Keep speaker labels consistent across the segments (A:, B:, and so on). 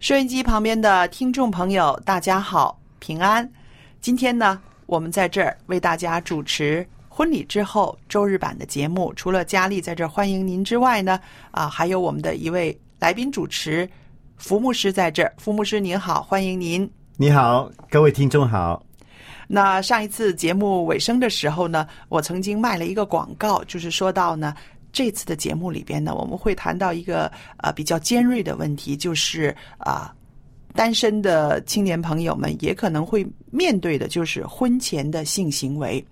A: 收音机旁边的听众朋友，大家好，平安。今天呢，我们在这儿为大家主持婚礼之后周日版的节目。除了佳丽在这儿欢迎您之外呢，啊，还有我们的一位来宾主持福牧师在这儿。福牧师您好，欢迎您。
B: 你好，各位听众好。
A: 那上一次节目尾声的时候呢，我曾经卖了一个广告，就是说到呢，这次的节目里边呢，我们会谈到一个呃比较尖锐的问题，就是啊、单身的青年朋友们也可能会面对的，就是婚前的性行为。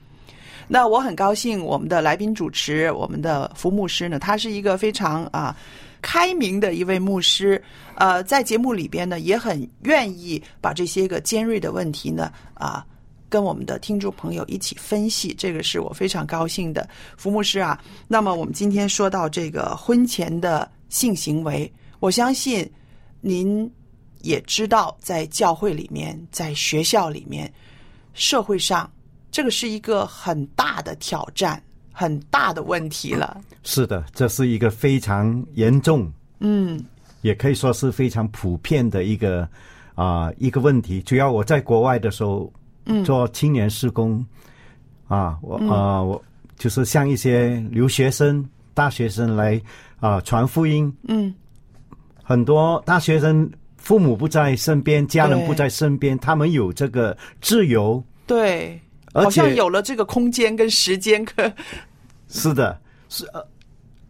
A: 那我很高兴，我们的来宾主持，我们的福牧师呢，他是一个非常啊开明的一位牧师，呃，在节目里边呢，也很愿意把这些个尖锐的问题呢啊。跟我们的听众朋友一起分析，这个是我非常高兴的。福牧师啊，那么我们今天说到这个婚前的性行为，我相信您也知道，在教会里面、在学校里面、社会上，这个是一个很大的挑战、很大的问题了。
B: 是的，这是一个非常严重，
A: 嗯，
B: 也可以说是非常普遍的一个啊、一个问题。主要我在国外的时候，嗯，做青年施工，啊，我啊、我就是像一些留学生、大学生来啊、传福音，
A: 嗯，
B: 很多大学生父母不在身边，家人
A: 对
B: 不在身边，他们有这个自由，
A: 对，
B: 而
A: 好像
B: 且
A: 有了这个空间跟时间可
B: 是的，是、呃、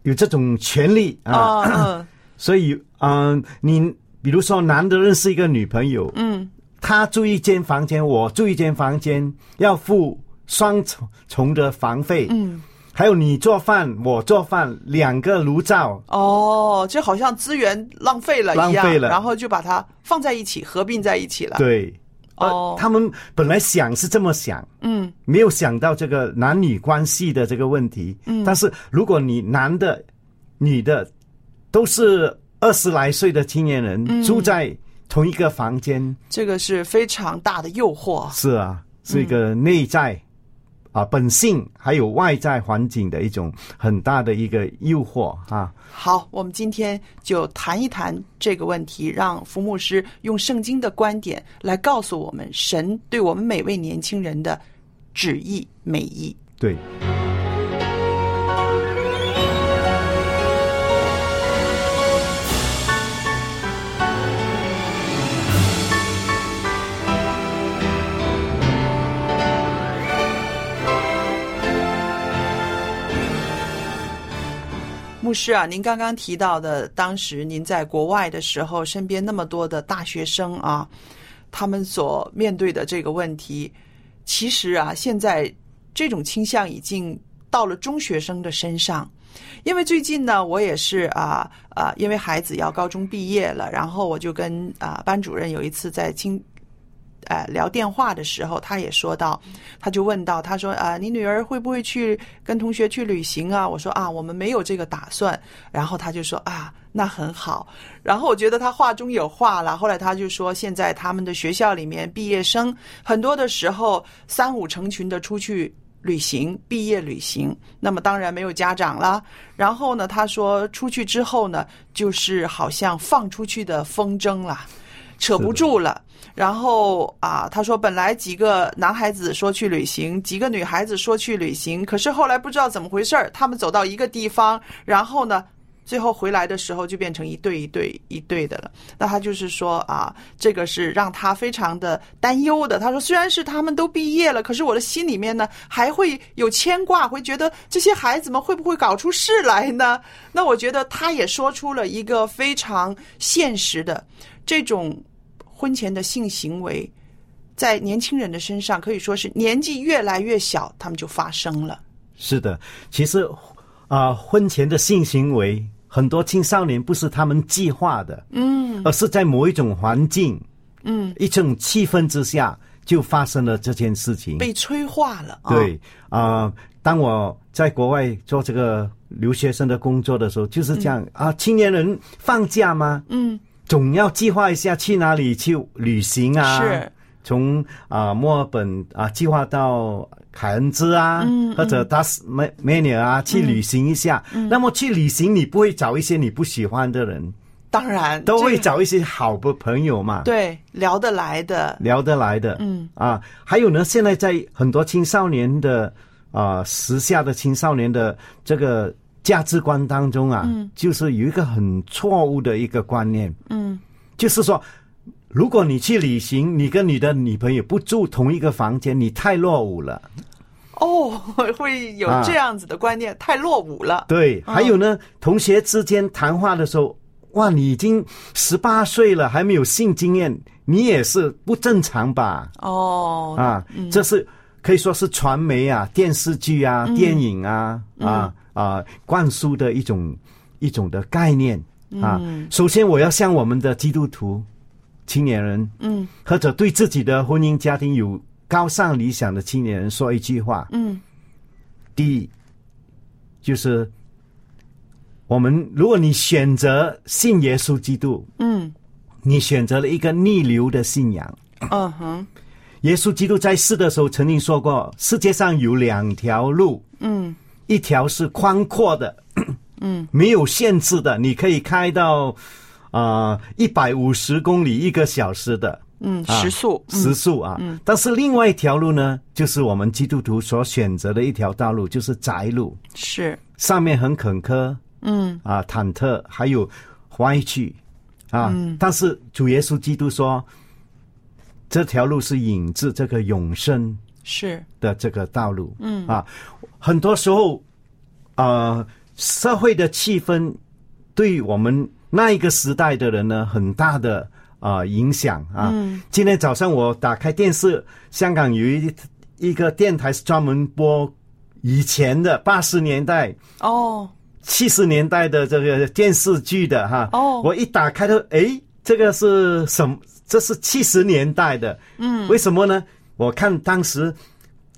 B: 有这种权利啊。
A: 啊，嗯
B: 所以，嗯、你比如说男的认识一个女朋友，
A: 嗯，
B: 他住一间房间，我住一间房间，要付双重重的房费，
A: 嗯，
B: 还有你做饭，我做饭，两个炉灶，
A: 哦，就好像资源浪费了一样，
B: 浪费了
A: 然后就把它放在一起，合并在一起了。，
B: 对，
A: 哦
B: 呃，他们本来想是这么想，
A: 嗯，
B: 没有想到这个男女关系的这个问题，嗯，但是如果你男的、女的都是二十来岁的青年人，
A: 嗯
B: 住在同一个房间，
A: 这个是非常大的诱惑。
B: 是啊，是一个内在、啊本性，还有外在环境的一种很大的一个诱惑啊。
A: 好，我们今天就谈一谈这个问题，让福牧师用圣经的观点来告诉我们神对我们每位年轻人的旨意美意。
B: 对，
A: 牧师啊，您刚刚提到的，当时您在国外的时候，身边那么多的大学生啊，他们所面对的这个问题，其实啊，现在这种倾向已经到了中学生的身上。因为最近呢，我也是啊啊，因为孩子要高中毕业了，然后我就跟啊班主任有一次在青呃聊电话的时候，他也说到，他就问到，他说啊、呃，你女儿会不会去跟同学去旅行啊？我说啊，我们没有这个打算。然后他就说啊，那很好。然后我觉得他话中有话了。后来他就说，现在他们的学校里面毕业生很多的时候三五成群的出去。旅行，毕业旅行，那么当然没有家长啦。然后呢，他说出去之后呢，就是好像放出去的风筝啦，扯不住了。然后啊，他说本来几个男孩子说去旅行，几个女孩子说去旅行，可是后来不知道怎么回事儿，他们走到一个地方，然后呢。最后回来的时候就变成一对一对一对的了。那他就是说啊，这个是让他非常的担忧的。他说，虽然是他们都毕业了，可是我的心里面呢还会有牵挂，会觉得这些孩子们会不会搞出事来呢？那我觉得他也说出了一个非常现实的这种婚前的性行为，在年轻人的身上可以说是年纪越来越小，他们就发生了。
B: 是的，其实啊、呃，婚前的性行为。很多青少年不是他们计划的，嗯，而是在某一种环境，嗯，一种气氛之下就发生了这件事情，
A: 被催化了。哦、
B: 嗯对啊、呃，当我在国外做这个留学生的工作的时候，就是这样、嗯、啊，青年人放假吗？嗯，总要计划一下去哪里去旅行啊，
A: 是，
B: 从啊、呃、墨尔本啊、呃、计划到。凯恩兹啊，嗯、或者达斯梅梅尼尔啊，去旅行一下。嗯、那么去旅行，你不会找一些你不喜欢的人，
A: 当然
B: 都会找一些好的朋友嘛。
A: 对，聊得来的，
B: 聊得来的。嗯啊，还有呢，现在在很多青少年的啊、呃，时下的青少年的这个价值观当中啊，嗯、就是有一个很错误的一个观念。嗯，就是说。如果你去旅行，你跟你的女朋友不住同一个房间，你太落伍了。
A: 哦，会有这样子的观念，啊、太落伍了。
B: 对，还有呢，嗯、同学之间谈话的时候，哇，你已经十八岁了，还没有性经验，你也是不正常吧？
A: 哦，
B: 啊，嗯、这是可以说是传媒啊、电视剧啊、嗯、电影啊啊啊灌输的一种一种的概念啊。首先，我要向我们的基督徒。青年人，嗯，或者对自己的婚姻家庭有高尚理想的青年人说一句话，嗯，第一就是我们，如果你选择信耶稣基督，嗯，你选择了一个逆流的信仰，嗯哼，耶稣基督在世的时候曾经说过，世界上有两条路，嗯，一条是宽阔的，嗯， 没有限制的，你可以开到。啊，一百五十公里一个小时的，
A: 嗯，时速，
B: 啊、时速啊。嗯、但是另外一条路呢，就是我们基督徒所选择的一条道路，就是窄路，
A: 是
B: 上面很坎坷，嗯，啊，忐忑，还有歪曲，啊。嗯、但是主耶稣基督说，这条路是引至这个永生
A: 是
B: 的这个道路，嗯啊，很多时候，呃，社会的气氛对我们。那一个时代的人呢，很大的啊、呃、影响啊。嗯、今天早上我打开电视，香港有一一个电台是专门播以前的八十年代
A: 哦、
B: 七十年代的这个电视剧的哈。
A: 哦，
B: 我一打开都，诶，这个是什么？这是七十年代的。嗯，为什么呢？我看当时。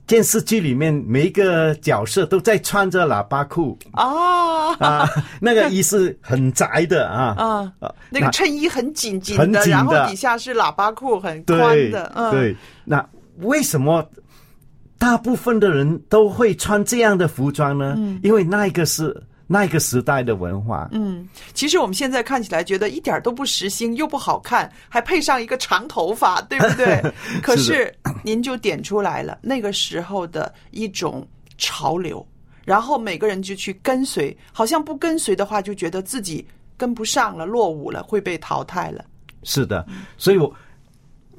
B: 电视剧里面每一个角色都在穿着喇 叭裤
A: 哦
B: 啊，那个衣是很窄的啊
A: 啊，嗯、那个衬衣很紧紧
B: 的，
A: 然后底下是喇叭裤，很宽的。嗯，
B: 对，那为什么大部分的人都会穿这样的服装呢？嗯、因为那一个是。那个时代的文化，
A: 嗯，其实我们现在看起来觉得一点都不时兴，又不好看，还配上一个长头发，对不 对？
B: 是
A: 可是您就点出来了那个时候的一种潮流，然后每个人就去跟随，好像不跟随的话，就觉得自己跟不上了，落伍了，会被淘汰了。
B: 是的，
A: 嗯
B: 所以我，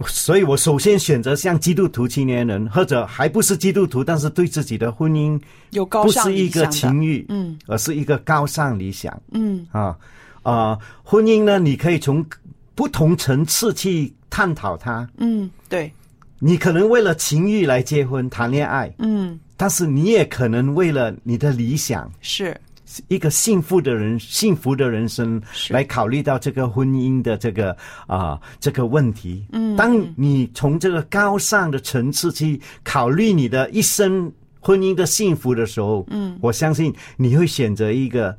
B: 所以我首先选择像基督徒青年人，或者还不是基督徒，但是对自己的婚姻。
A: 有高尚
B: 不是一个情欲，
A: 嗯，
B: 而是一个高尚理想，
A: 嗯
B: 啊啊、呃，婚姻呢，你可以从不同层次去探讨它，
A: 嗯，对，
B: 你可能为了情欲来结婚谈恋爱，
A: 嗯，
B: 但是你也可能为了你的理想
A: 是
B: 一个幸福的人幸福的人生
A: 是
B: 来考虑到这个婚姻的这个啊、这个问题。嗯，当你从这个高尚的层次去考虑你的一生婚姻的幸福的时候，嗯，我相信你会选择一个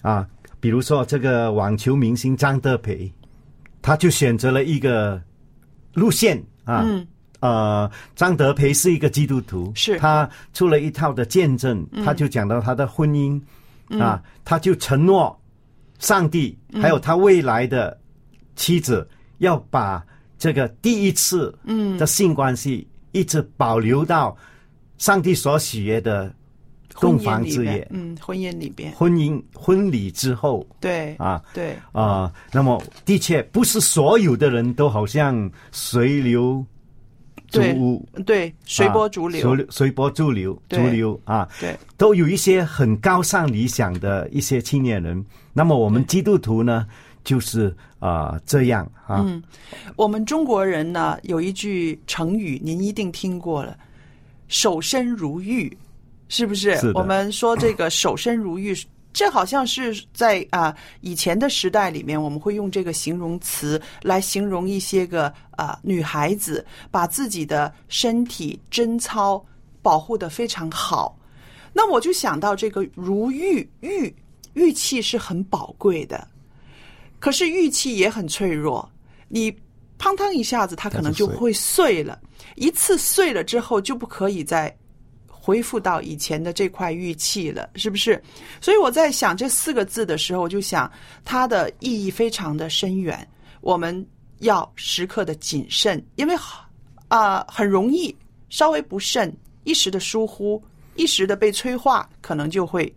B: 啊，比如说这个网球明星张德培，他就选择了一个路线啊。嗯呃，张德培是一个基督徒，
A: 是嗯
B: 他出了一套的见证，他就讲到他的婚姻，啊，他就承诺上帝
A: 嗯
B: 还有他未来的妻子要把这个第一次
A: 嗯
B: 的性关系一直保留到上帝所喜悦的
A: 婚
B: 洞
A: 姻
B: 房
A: 里
B: 之
A: 边
B: 夜，、
A: 嗯，婚姻里边，
B: 婚姻婚礼之后
A: 对
B: 啊，
A: 对，
B: 啊、那么的确不是所有的人都好像随流逐
A: 对
B: 污，
A: 对，随
B: 啊
A: 波逐流，
B: 随流随波逐流，逐
A: 对
B: 流啊，
A: 对，
B: 都有一些很高尚理想的一些青年人。那么我们基督徒呢，就是啊、这样啊，
A: 嗯我们中国人呢有一句成语，您一定听过了，“守身如玉”，是不是？
B: 是的
A: 我们说这个“守身如玉”，这好像是在啊、以前的时代里面，我们会用这个形容词来形容一些个啊、女孩子把自己的身体贞操保护的非常好。那我就想到这个如玉玉玉器是很宝贵的，可是玉器也很脆弱，你砰当一下子，它可能就会碎了。一次碎了之后，就不可以再恢复到以前的这块玉器了，是不是？所以我在想这四个字的时候，我就想它的意义非常的深远，我们要时刻的谨慎，因为啊、很容易稍微不慎，一时的疏忽，一时的被催化，可能就会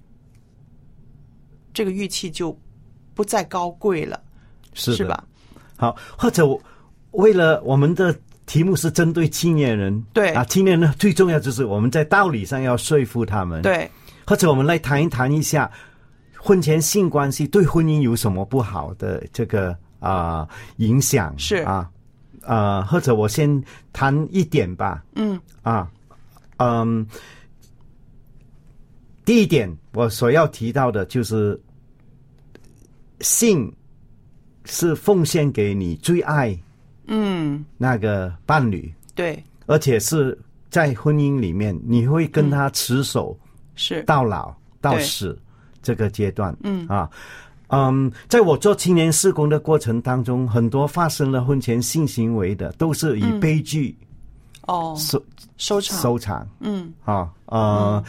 A: 这个玉器就不再高贵了，
B: 是的
A: 是吧？？
B: 好，或者我为了我们的题目是针对青年人，
A: 对
B: 啊，青年人最重要就是我们在道理上要说服他们，，
A: 对，
B: 或者我们来谈一谈一下婚前性关系对婚姻有什么不好的这个啊、影响
A: 是
B: 啊呃，或者我先谈一点吧，
A: 嗯
B: 啊嗯，第一点我所要提到的就是性是奉献给你最爱
A: 嗯，
B: 那个伴侣，
A: 对，
B: 而且是在婚姻里面你会跟他持守。
A: 是，
B: 到老到死这个阶段，嗯啊，嗯，在我做青年事工的过程当中，很多发生了婚前性行为的，都是以悲剧
A: 哦，
B: 收
A: 嗯收场，
B: 收场
A: 嗯，
B: 啊，呃，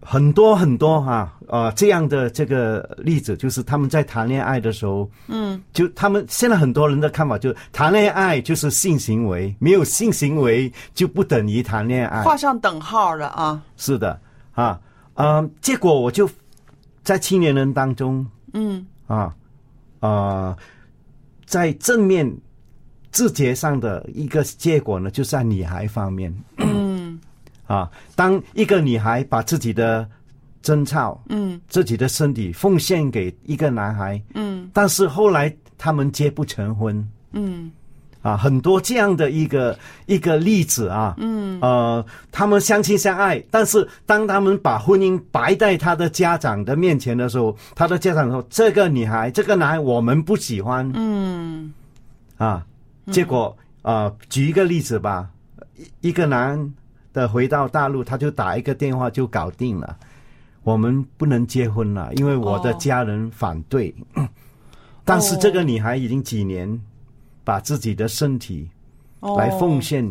B: 很多很多啊，呃，这样的这个例子，就是他们在谈恋爱的时候，嗯，就他们现在很多人的看法就是谈恋爱就是性行为，没有性行为就不等于谈恋爱，
A: 画上等号了啊，
B: 是的，啊，嗯，结果我就在青年人当中，
A: 嗯，
B: 啊，呃，在正面字节上的一个结果呢，就是在女孩方面，嗯， 啊，当一个女孩把自己的贞操，
A: 嗯，
B: 自己的身体奉献给一个男孩，嗯，但是后来他们结不成婚，
A: 嗯，
B: 啊，很多这样的一个一个例子啊，嗯，呃，他们相亲相爱，但是当他们把婚姻摆在他的家长的面前的时候，他的家长说：“这个女孩，这个男孩，我们不喜欢。”嗯，啊，结果呃，举一个例子吧，一一个男的回到大陆，他就打一个电话就搞定了。我们不能结婚了，因为我的
A: 哦
B: 家人反对。但是这个女孩已经几年把自己的身体
A: 哦，
B: 来奉献，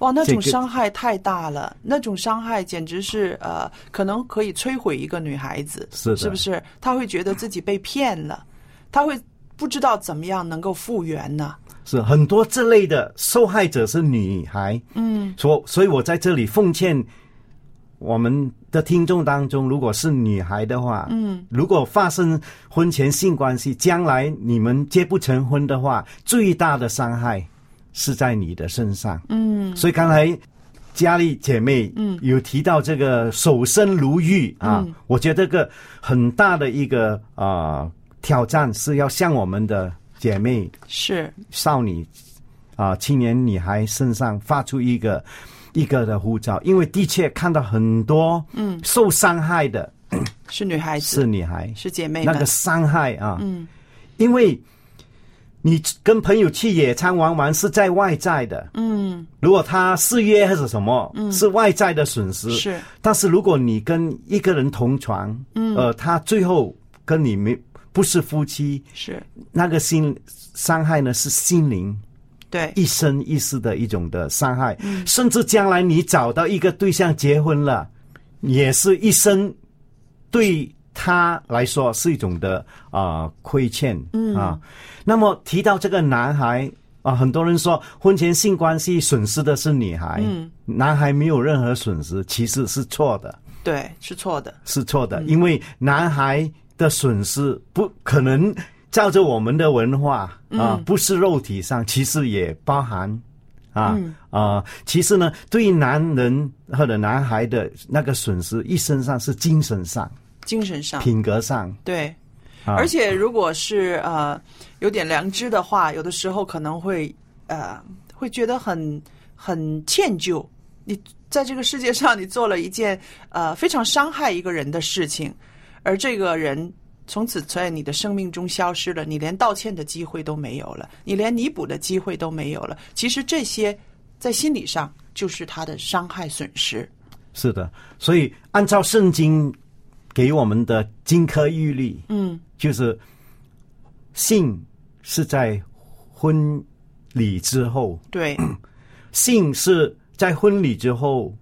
A: 哇，那种
B: 这个
A: 伤害太大了，那种伤害简直是呃，可能可以摧毁一个女孩子，
B: 是的
A: 是不是？她会觉得自己被骗了，她会不知道怎么样能够复原呢？
B: 是很多这类的受害者是女孩。嗯，所所以我在这里奉劝我们的听众当中，如果是女孩的话，嗯，如果发生婚前性关系，将来你们结不成婚的话，最大的伤害是在你的身上。嗯，所以刚才佳丽姐妹，嗯，有提到这个守身如玉啊，我觉得这个很大的一个啊、呃挑战是要向我们的姐妹
A: 是，
B: 少女啊、青年女孩身上发出一个一个的呼召，因为的确看到很多嗯受伤害的、
A: 是女孩子，
B: 是女孩，
A: 是姐妹
B: 那
A: 们，
B: 个伤害啊，嗯，因为你跟朋友去野餐玩玩是在外在的，
A: 嗯，
B: 如果他失约还是什么，嗯，是外在的损失，
A: 是
B: 但是如果你跟一个人同床，嗯，呃，他最后跟你没不是夫妻，
A: 是，
B: 那个心伤害呢是心灵
A: 对，
B: 一生一世的一种的伤害，甚至将来你找到一个对象结婚了，也是一生对他来说是一种的啊、亏欠啊。那么提到这个男孩啊、很多人说婚前性关系损失的是女孩，男孩没有任何损失，其实是错的。
A: 对，是错的，
B: 是错的，因为男孩的损失不可能照着我们的文化啊，不是肉体上，其实也包含啊啊、其实呢，对于男人或者男孩的那个损失，一身上是精神上、
A: 精神上，
B: 品格上，
A: 对。
B: 啊
A: 而且，如果是呃有点良知的话，有的时候可能会呃会觉得很很歉疚。你在这个世界上，你做了一件呃非常伤害一个人的事情，而这个人从此在你的生命中消失了，你连道歉的机会都没有了，你连弥补的机会都没有了。其实这些在心理上就是他的伤害损失。
B: 是的。所以按照圣经给我们的金科玉律，
A: 嗯，
B: 就是性是在婚礼之后。
A: 对，
B: 信是在婚礼之后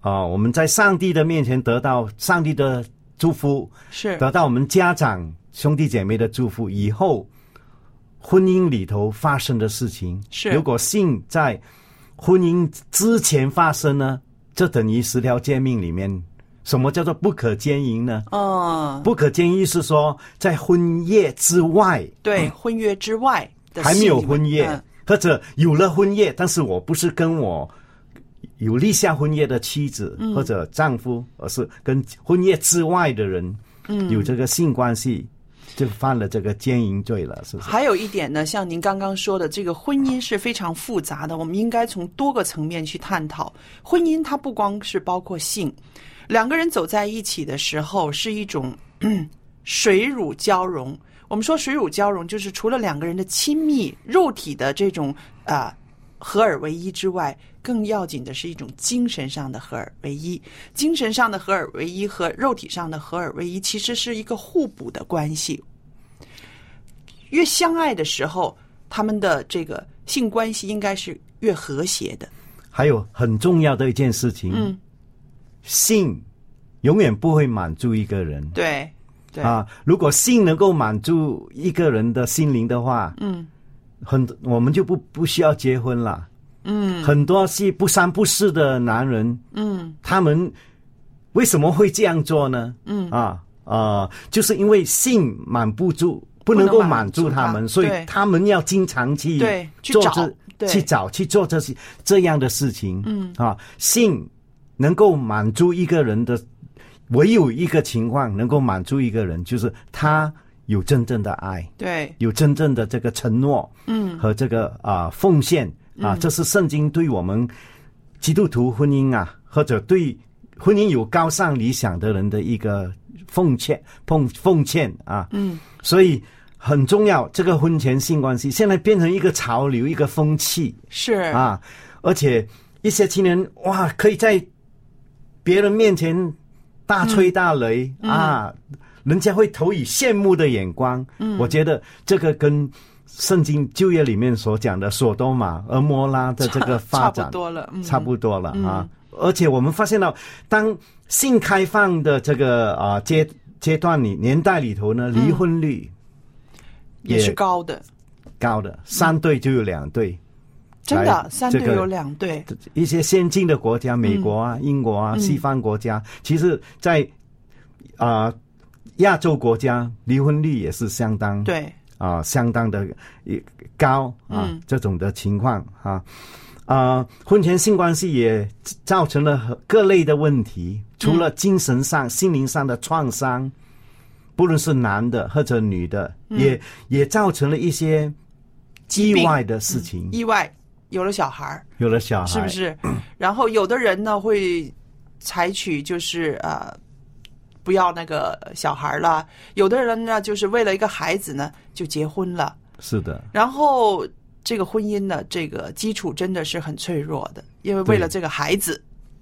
B: 啊、我们在上帝的面前得到上帝的祝福，
A: 是
B: 得到我们家长兄弟姐妹的祝福以后，婚姻里头发生的事情，
A: 是
B: 如果信在婚姻之前发生呢，这等于十条诫命里面，什么叫做不可奸淫呢？
A: 嗯，
B: 不可奸淫是说在婚夜之外
A: 对，婚约之外的
B: 嗯还没有
A: 性
B: 婚夜，
A: 嗯
B: 或者有了婚夜，但是我不是跟我有立下婚约的妻子
A: 嗯
B: 或者丈夫，而是跟婚夜之外的人
A: 嗯
B: 有这个性关系，就犯了这个奸淫罪了，是不是？
A: 还有一点呢，像您刚刚说的，这个婚姻是非常复杂的，我们应该从多个层面去探讨。婚姻它不光是包括性，两个人走在一起的时候是一种 嗯水乳交融。我们说水乳交融，就是除了两个人的亲密、肉体的这种啊、合而为一之外，更要紧的是一种精神上的合而为一。精神上的合而为一和肉体上的合而为一，其实是一个互补的关系。越相爱的时候，他们的这个性关系应该是越和谐的。
B: 还有很重要的一件事情，
A: 嗯
B: 性永远不会满足一个人
A: 对，对，
B: 啊！如果性能够满足一个人的心灵的话，
A: 嗯
B: 很我们就不不需要结婚了。
A: 嗯
B: 很多是不三不四的男人，
A: 嗯，
B: 他们为什么会这样做呢？嗯啊呃，就是因为性满不足，不能够
A: 不能
B: 满
A: 满足
B: 足他
A: 他
B: 们，所以
A: 对
B: 他们要经常去
A: 对去
B: 做
A: 找
B: 这
A: 对
B: 去找去做这些这样的事情。嗯啊，性能够满足一个人的，唯有一个情况能够满足一个人，就是他有真正的爱。
A: 对，
B: 有真正的这个承诺，嗯，和这个啊、奉献啊，这是圣经对我们基督徒婚姻啊，或者对婚姻有高尚理想的人的一个奉献奉奉献啊，嗯，所以很重要。这个婚前性关系现在变成一个潮流，一个风气
A: 是
B: 啊，而且一些青年哇，可以在别人面前大吹大擂、
A: 嗯
B: 啊，人家会投以羡慕的眼光。嗯，我觉得这个跟圣经旧约里面所讲的索多玛、俄摩拉的这个
A: 差
B: 发展
A: 不多了，嗯，
B: 差不多了啊。而且我们发现到，当性开放的这个啊阶阶段里年代里头呢，
A: 嗯
B: 离婚率
A: 也是
B: 也
A: 高的，
B: 高的，三对就有两对。
A: 真
B: 来
A: 的，三
B: 这
A: 对
B: 个嗯
A: 有两对，
B: 一些先进的国
A: 嗯
B: 家，美国啊、英国啊、西方国家，其实在啊、亚洲国家离婚率也是相当
A: 对，
B: 啊、相当的呃高啊、
A: 嗯
B: 这种的情况啊啊、婚前性关系也造成了很各类的问
A: 嗯
B: 题，除了精神上、心灵上的创伤，不论是男的或者女的，也也造成了一些
A: 嗯疾病
B: 意外的事情，
A: 意外有了小孩儿，
B: 有了小孩
A: 是不
B: 哎
A: 是？然后有的人呢会采取就是呃不要那个小孩了，有的人呢就是为了一个孩子呢就结婚了，
B: 是的，
A: 然后这个婚姻呢这个基础真的是很脆弱的，因为为了这个孩子，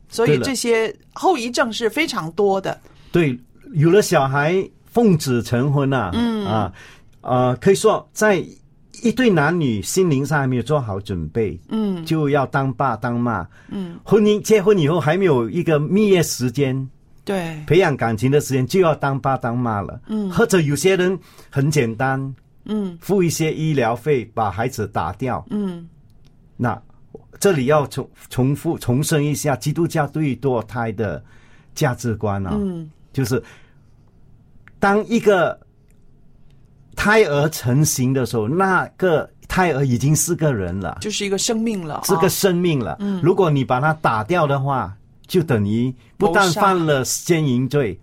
A: 所
B: 对
A: 以
B: 了
A: 这些后遗症是非常多的。
B: 对，有了小孩，奉子成婚啊，嗯啊，呃，可以说在一对男女心灵上还没有做好准备，
A: 嗯
B: 就要当爸当妈，
A: 嗯，
B: 婚姻结婚以后还没有一个蜜月时间，
A: 对，
B: 培养感情的时间，就要当爸当妈了，嗯，或者有些人很简单，
A: 嗯
B: 付一些医疗费把孩子打掉，
A: 嗯
B: 那这里要重重复重申一下基督教对堕胎的价值观啊，
A: 嗯
B: 就是当一个胎儿成型的时候，那个胎儿已经是个人了，
A: 就是一个生命了啊，
B: 是个生命了。如果你把它打掉的话，就等于不但
A: 谋杀
B: 犯了奸淫罪，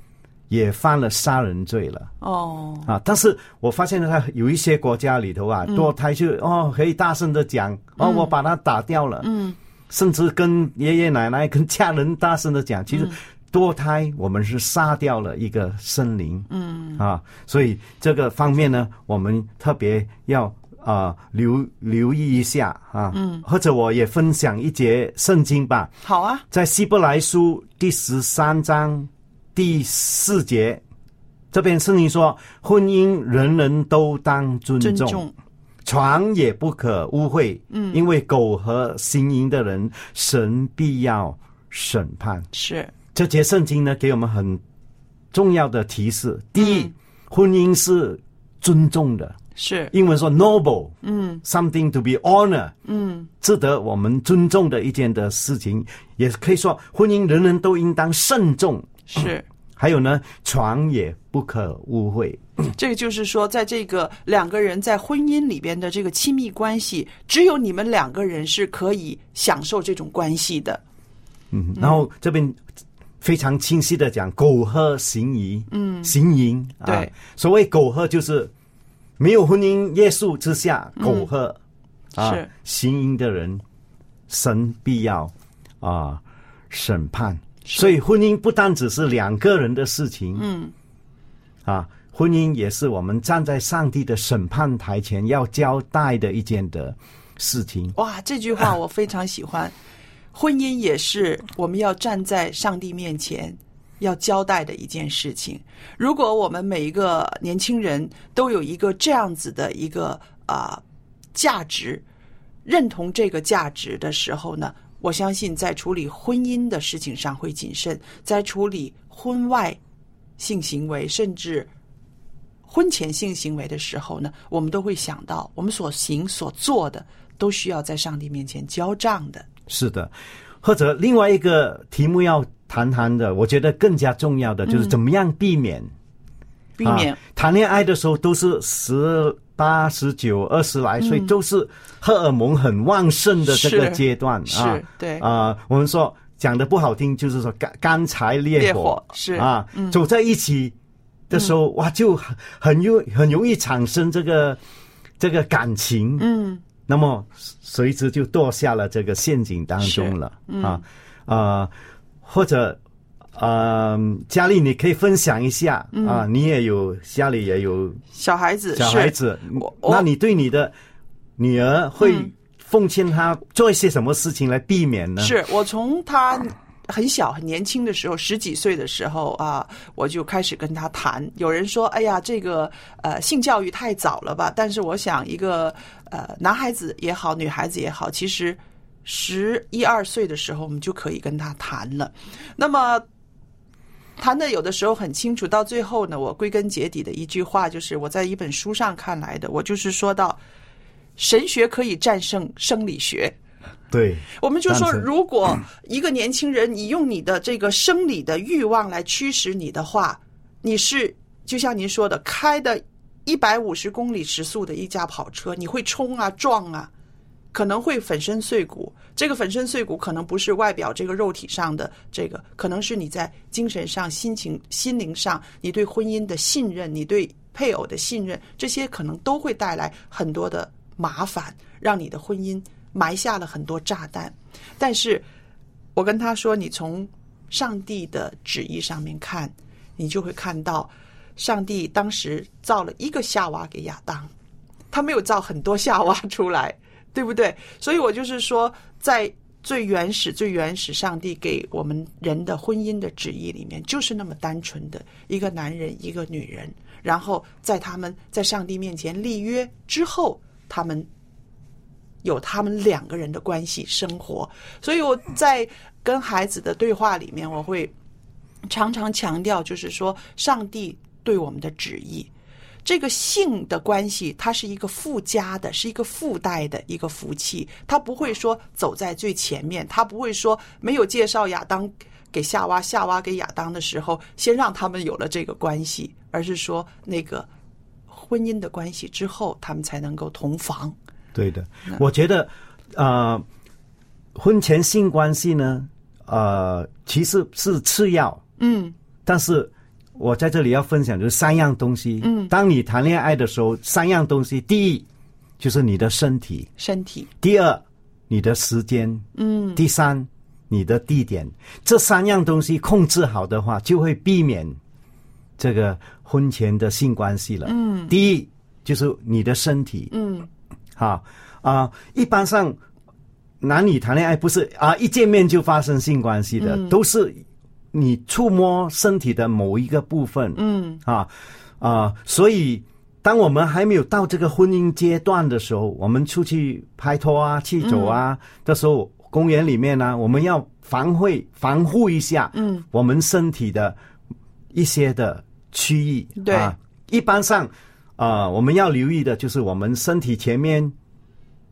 B: 也犯了杀人罪了。
A: 哦，
B: 啊，但是我发现呢，有一些国家里头啊，堕胎就哦可以大声的讲，哦我把它打掉了，
A: 嗯，
B: 甚至跟爷爷奶奶、跟家人大声的讲，其实堕胎我们是杀掉了一个生灵，嗯啊，所以这个方面呢，我们特别要啊、留留意一下啊，嗯，或者我也分享一节圣经吧，
A: 好啊，
B: 在希伯来书第十三章第四节，这边圣经说：“婚姻人人都当尊
A: 尊
B: 重，
A: 重，
B: 床也不可污秽，嗯，因为苟合行淫的人，神必要审判。”
A: 是
B: 这节圣经呢，给我们很重要的提示：第一，婚姻是尊重的，
A: 是，
B: 英文说 noble，
A: 嗯
B: something to be honored，
A: 嗯
B: 值得我们尊重的一件的事情，也可以说婚姻人人都应当慎重。
A: 是。
B: 还有呢，床也不可误会，
A: 这个就是说，在这个两个人在婚姻里边的这个亲密关系，只有你们两个人是可以享受这种关系的。
B: 嗯，然后这边非常清晰的讲，苟合行淫，嗯，行淫啊，
A: 对，
B: 所谓苟合就是没有婚姻约束之下苟合、啊
A: 嗯是，
B: 行淫的人，神必要啊审判。所以婚姻不单只是两个人的事情，
A: 嗯，
B: 啊，婚姻也是我们站在上帝的审判台前要交代的一件的事情。
A: 哇，这句话我非常喜欢。 婚姻也是我们要站在上帝面前要交代的一件事情。如果我们每一个年轻人都有一个这样子的一个啊、价值，认同这个价值的时候呢，我相信在处理婚姻的事情上会谨慎，在处理婚外性行为甚至婚前性行为的时候呢，我们都会想到我们所行所做的都需要在上帝面前交账的。
B: 是的，或者另外一个题目要谈谈的，我觉得更加重要的就是
A: 嗯
B: 怎么样避免、
A: 避免、
B: 啊、谈恋爱的时候都是十八、十九、二十来岁，
A: 嗯
B: 都是荷尔蒙很旺盛的这个
A: 是
B: 阶段啊
A: 是。对
B: 啊、我们说讲的不好听，就是说干干柴烈火
A: 烈火是嗯
B: 啊，走在一起的时候，哇，就很很容很容易产生这个这个感情，
A: 嗯，
B: 那么随之就堕下了这个陷阱当中了、
A: 嗯
B: 啊，呃，或者。呃，佳丽，你可以分享一下、
A: 嗯
B: 啊，你也有家里也有
A: 小孩子
B: 小
A: 是
B: 孩子，嗯
A: 我我嗯
B: 那你对你的女儿会奉劝她做一些什么事情来避免呢？
A: 是我从他很小很年轻的时候，十几岁的时候啊，我就开始跟他谈。有人说：“哎呀，这个呃性教育太早了吧？”但是我想，一个呃男孩子也好，女孩子也好，其实十一二岁的时候，我们就可以跟他谈了。那么。谈的有的时候很清楚，到最后呢，我归根结底的一句话就是我在一本书上看来的，我就是说到，神学可以战胜生理学，
B: 对，
A: 我们就说，
B: 但是
A: 如果一个年轻人，你用你的这个生理的欲望来驱使你的话，你是就像您说的，开的一百五十公里时速的一架跑车，你会冲啊撞啊，可能会粉身碎骨。这个粉身碎骨可能不是外表这个肉体上的这个，可能是你在精神上、心情、心灵上，你对婚姻的信任，你对配偶的信任，这些可能都会带来很多的麻烦，让你的婚姻埋下了很多炸弹。但是，我跟他说，你从上帝的旨意上面看，你就会看到，上帝当时造了一个夏娃给亚当，他没有造很多夏娃出来，对不对？所以我就是说，在最原始、最原始，上帝给我们人的婚姻的旨意里面，就是那么单纯的一个男人、一个女人，然后在他们在上帝面前立约之后，他们有他们两个人的关系生活。所以我在跟孩子的对话里面，我会常常强调，就是说上帝对我们的旨意。这个性的关系，它是一个附加的，是一个附带的一个福气，它不会说走在最前面，它不会说没有介绍亚当给夏娃，夏娃给亚当的时候，先让他们有了这个关系，而是说那个婚姻的关系之后，他们才能够同房。
B: 对的，
A: 嗯
B: 我觉得，呃，婚前性关系呢，呃，其实是次要，
A: 嗯
B: 但是我在这里要分享就是三样东西。
A: 嗯
B: 当你谈恋爱的时候，三样东西，第一就是你的身体，
A: 身体，
B: 第二你的时间，
A: 嗯，
B: 第三你的地点。这三样东西控制好的话，就会避免这个婚前的性关系了。嗯，第一就是你的身体，
A: 嗯
B: 哈啊、一般上男女谈恋爱不是啊、一见面就发生性关系的，都是你触摸身体的某一个部分，
A: 嗯
B: 啊啊、所以当我们还没有到这个婚姻阶段的时候，我们出去拍拖啊、去走啊、的时候，公园里面呢、啊我们要防会防护一下，
A: 嗯，
B: 我们身体的一些的区域，
A: 对
B: 啊，一般上。啊，我们要留意的就是我们身体前面、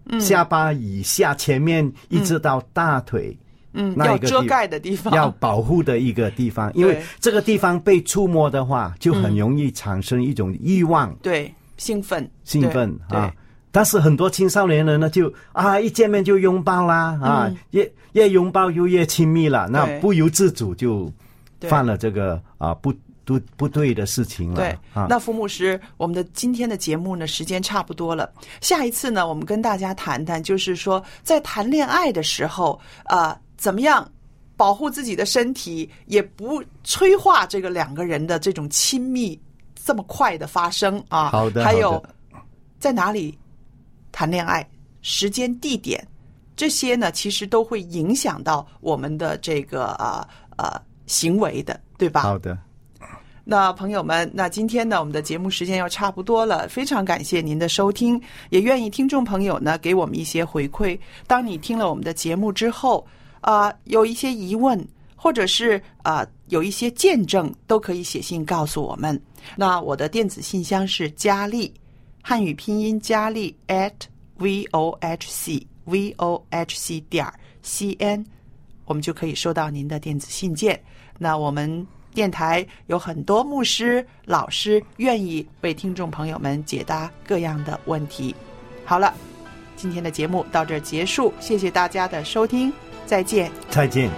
A: 嗯
B: 下巴以下、前面一直到大腿，
A: 嗯，
B: 那
A: 要
B: 一个
A: 遮
B: 地
A: 盖的地方，
B: 要保护的一个地方，因
A: 嗯
B: 为
A: 对
B: 这个地方被触摸的话，就很容易产生一种欲望、
A: 对兴奋，
B: 兴奋
A: 对
B: 啊。但是很多青少年人呢，就啊一见面就拥抱啦，啊、越越拥抱就越亲密了，那
A: 嗯对
B: 不由自主就
A: 对
B: 犯了这个啊不不不对的事情了。
A: 对，
B: 啊，
A: 那傅牧师，我们的今天的节目呢，时间差不多了。下一次呢，我们跟大家谈谈，就是说在谈恋爱的时候，啊，怎么样保护自己的身体，也不催化这个两个人的这种亲密这么快的发生啊。
B: 好的
A: 还
B: 好
A: 有
B: 的
A: 在哪里谈恋爱，时间、地点，这些呢，其实都会影响到我们的这个啊呃行为的，对吧？
B: 好的，
A: 那朋友们，那今天呢，我们的节目时间要差不多了，非常感谢您的收听，也愿意听众朋友呢给我们一些回馈。当你听了我们的节目之后，啊、有一些疑问，或者是啊、有一些见证，都可以写信告诉我们。那我的电子信箱是佳丽，汉语拼音佳丽 at v o h c v o h c 点 c n。我们就可以收到您的电子信件。那我们电台有很多牧师、老师愿意为听众朋友们解答各样的问题。好了，今天的节目到这儿结束，谢谢大家的收听，再见。
B: 再见。